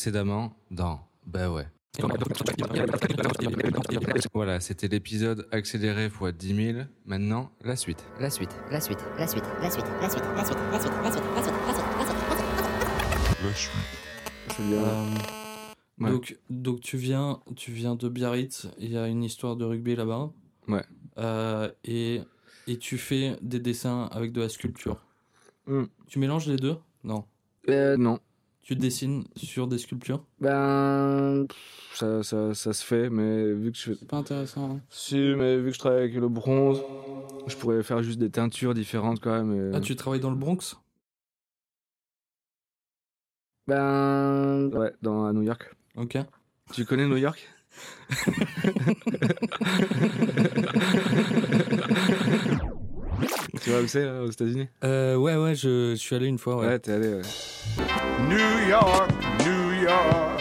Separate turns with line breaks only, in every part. précédemment dans Bah ouais. Voilà, c'était l'épisode accéléré x 10 000. Maintenant, la suite.
La suite, la suite, la suite, la suite, la suite, la suite, la suite, la suite, la suite, la suite, la suite.
Euh,
Ouais.
Donc, donc tu viens, tu viens de Biarritz. Il y a une histoire de rugby là-bas.
Ouais.
Euh, et et tu fais des dessins avec de la sculpture.
Hmm.
Tu mélanges les deux Non.
Euh, non.
Tu dessines sur des sculptures
Ben, pff, ça, ça, ça se fait, mais vu que je
C'est pas intéressant. hein.
si, mais vu que je travaille avec le bronze, je pourrais faire juste des teintures différentes quand même. et-
Ah, tu travailles dans le Bronx
Ben, ouais, dans à New York.
Ok.
Tu connais New York Tu vois où c'est là, aux États-Unis
Euh, ouais, ouais, je, je suis allé une fois.
Ouais,
Ouais.
t'es allé. Ouais.
New York, New York.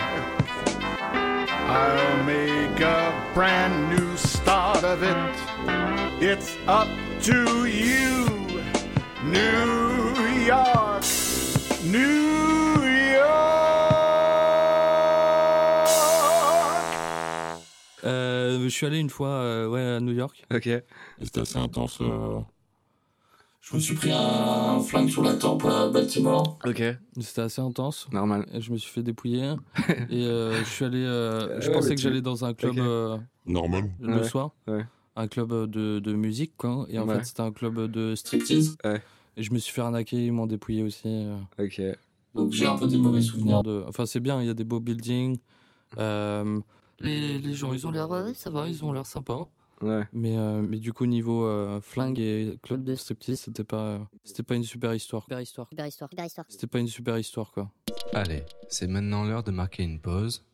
I'll make a brand new start of it. It's up to you, New York, New York.
Euh, je suis allé une fois euh, ouais, à New York.
Ok.
Et c'était assez intense. euh. Je me suis pris un flingue sur la tempe à Baltimore.
Ok.
C'était assez intense.
Normal.
Et je me suis fait dépouiller. et euh, je suis allé. euh, je
Ouais,
pensais
mais
que
tu-
j'allais dans un club
Ok.
euh,
Normal.
le
Ouais,
soir.
ouais.
Un club euh, de, de musique, quoi. Et en
Ouais.
fait, c'était un club euh, de striptease.
Striptease.
Et je me suis fait arnaquer, ils m'ont dépouillé aussi. euh,
Ok.
Donc j'ai un peu des mauvais souvenirs.
de... Enfin, c'est bien, il y a des beaux buildings. euh, les, les gens, ils ont l'air. ouais, ça va, ils ont l'air sympas.
Ouais.
Mais, euh, mais du coup, niveau euh, flingue et club de striptease, c'était pas, euh, c'était pas une super histoire. Super histoire.
Super histoire, super histoire.
C'était pas une super histoire, quoi.
Allez, c'est maintenant l'heure de marquer une pause.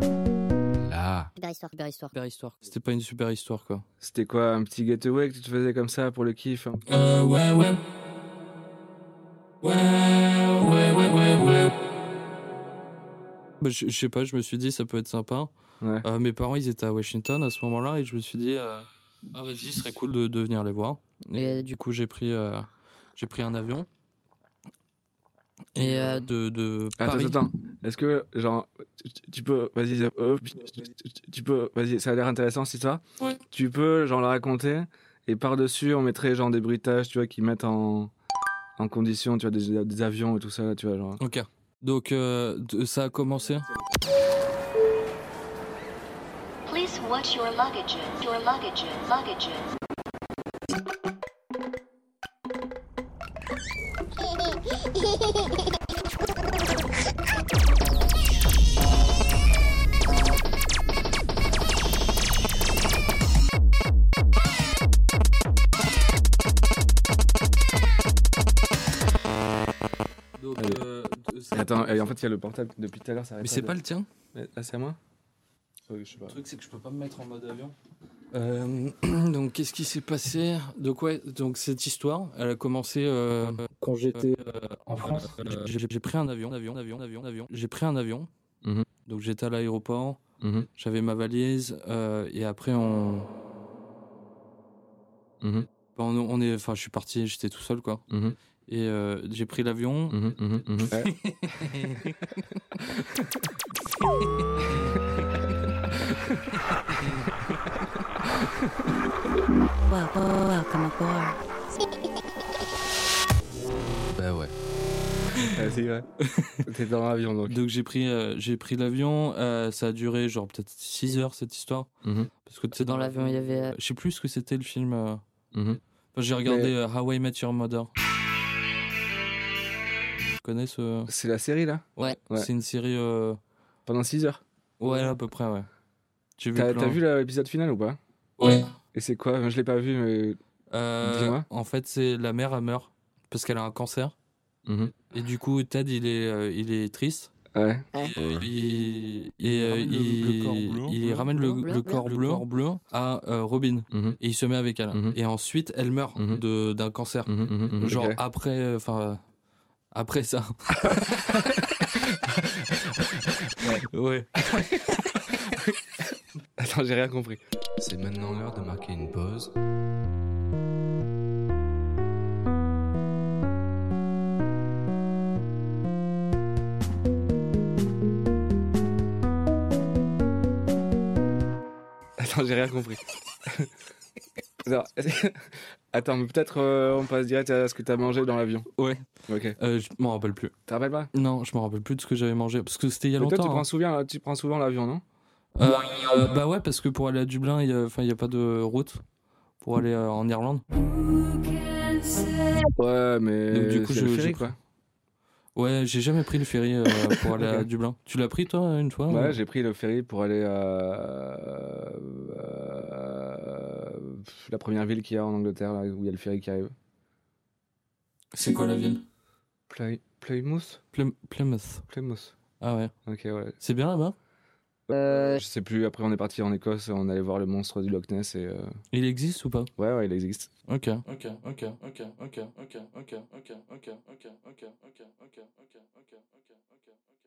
Là,
Super histoire, super histoire.
Super histoire. C'était pas une super histoire, quoi.
c'était quoi un petit getaway que tu te faisais comme ça pour le kiff hein
Euh, ouais, ouais. Ouais, ouais, ouais, ouais, ouais.
Bah, je, je sais pas, je me suis dit, ça peut être sympa.
Ouais.
Euh, mes parents, ils étaient à Washington à ce moment-là, et je me suis dit, euh, ah, vas-y, ce serait cool de, de venir les voir. Et du coup, j'ai pris, euh, j'ai pris un avion. Et euh, de, de
Ah, Attends,
Paris.
attends. Est-ce que, genre, tu, tu peux, vas-y, euh, tu peux, vas-y, ça a l'air intéressant cette histoire.
Ouais.
Tu peux, genre, la raconter et par-dessus, on mettrait, genre, des bruitages, tu vois, qui mettent en, en condition, tu vois, des, des avions et tout ça, là, tu vois, genre.
Ok. Donc, euh, de- ça a commencé.
Please watch your luggages, your luggages, luggages.
Donc,
Allez.
euh, de- ça
Et
a
Attends,
commencé.
et en fait, il y a le portable depuis tout à l'heure, ça
Mais c'est pas le tien
le. Ah, c'est à moi Ouais, Je sais pas.
truc, c'est que je peux pas me mettre en mode avion. Euh, donc, qu'est-ce qui s'est passé Donc, ouais, donc cette histoire, elle a commencé euh, quand j'étais euh, en France. J'ai j'ai pris un avion, avion, avion, avion, avion. J'ai pris un avion.
Mhm.
Donc, j'étais à l'aéroport.
Mhm,
J'avais ma valise euh, et après on,
mhm,
on, on est, enfin, je suis parti. J'étais tout seul, quoi.
mhm,
Et euh, j'ai pris l'avion.
mhm, mhm, mhm. Ouais.
Wow, wow, welcome aboard.
Bah ouais. Vas-y, ouais. T'es dans l'avion, donc.
Donc j'ai pris, euh, j'ai pris l'avion, euh, ça a duré genre peut-être 6 heures cette histoire.
Mhm,
Parce que tu sais, dans l'avion, il y avait. euh, Je sais plus ce que c'était le film. euh,
mhm.
Enfin, j'ai regardé euh, How I Met Your Mother. Tu connais ce.
C'est la série, là
Ouais. C'est une série. euh,
Pendant 6 heures.
Ouais, à peu près, ouais. J'ai
T'as
plein.
t'as vu l'épisode final ou pas
Ouais.
Et c'est quoi Je l'ai pas vu, mais.
Euh,
Dis-moi.
En fait, c'est la mère, elle meurt parce qu'elle a un cancer.
Mhm.
Et du coup, Ted, il est, euh, il est triste.
Ouais.
euh,
Il, et, euh,
ramène le-
il-
le corps bleu.
il ramène le,
Bleu,
le
bleu,
corps
bleu.
bleu, bleu à euh, Robin.
Mhm.
Et il se met avec elle.
Mhm.
Et ensuite, elle meurt
Mhm.
de- d'un cancer.
Mhm, mhm, mhm.
Genre
Ok.
après, enfin euh, après ça. ouais.
Attends, j'ai rien compris. C'est maintenant l'heure de marquer une pause. Attends, j'ai rien compris. Non. Attends, mais peut-être euh, on passe direct à ce que t'as mangé dans l'avion.
Ouais.
Ok.
Euh, je m'en rappelle plus.
T'as rappelles pas
Non, je m'en rappelle plus de ce que j'avais mangé. Parce que c'était il y a
Mais Toi,
longtemps.
tu
hein.
prends, souvent, tu prends souvent l'avion, non
Euh, euh, bah ouais, parce que pour aller à Dublin, il n'y a, enfin, il y a pas de route pour aller euh, en Irlande.
Ouais, mais.
Donc, du coup,
c'est
je-
le
je-
ferry, quoi.
Ouais, j'ai jamais pris le ferry euh, pour aller à
Ok.
Dublin. Tu l'as pris toi une fois
Ouais,
ou-
j'ai pris le ferry pour aller à. à- pff, euh, la première ville qu'il y a en Angleterre, là, où il y a le ferry qui arrive.
C'est quoi la ville
Play... Plymouth
Plym- Plymouth.
Plymouth.
Ah ouais.
Ok, ouais.
C'est bien là-bas
Euh,
Je sais plus, après on est parti en Écosse, on allait voir le monstre du Loch Ness et. euh,
Il existe ou pas
Ouais, ouais, il existe.
Ok.
Ok, ok, ok, ok, ok, ok, ok, ok, ok, ok, ok, ok, ok, ok, ok.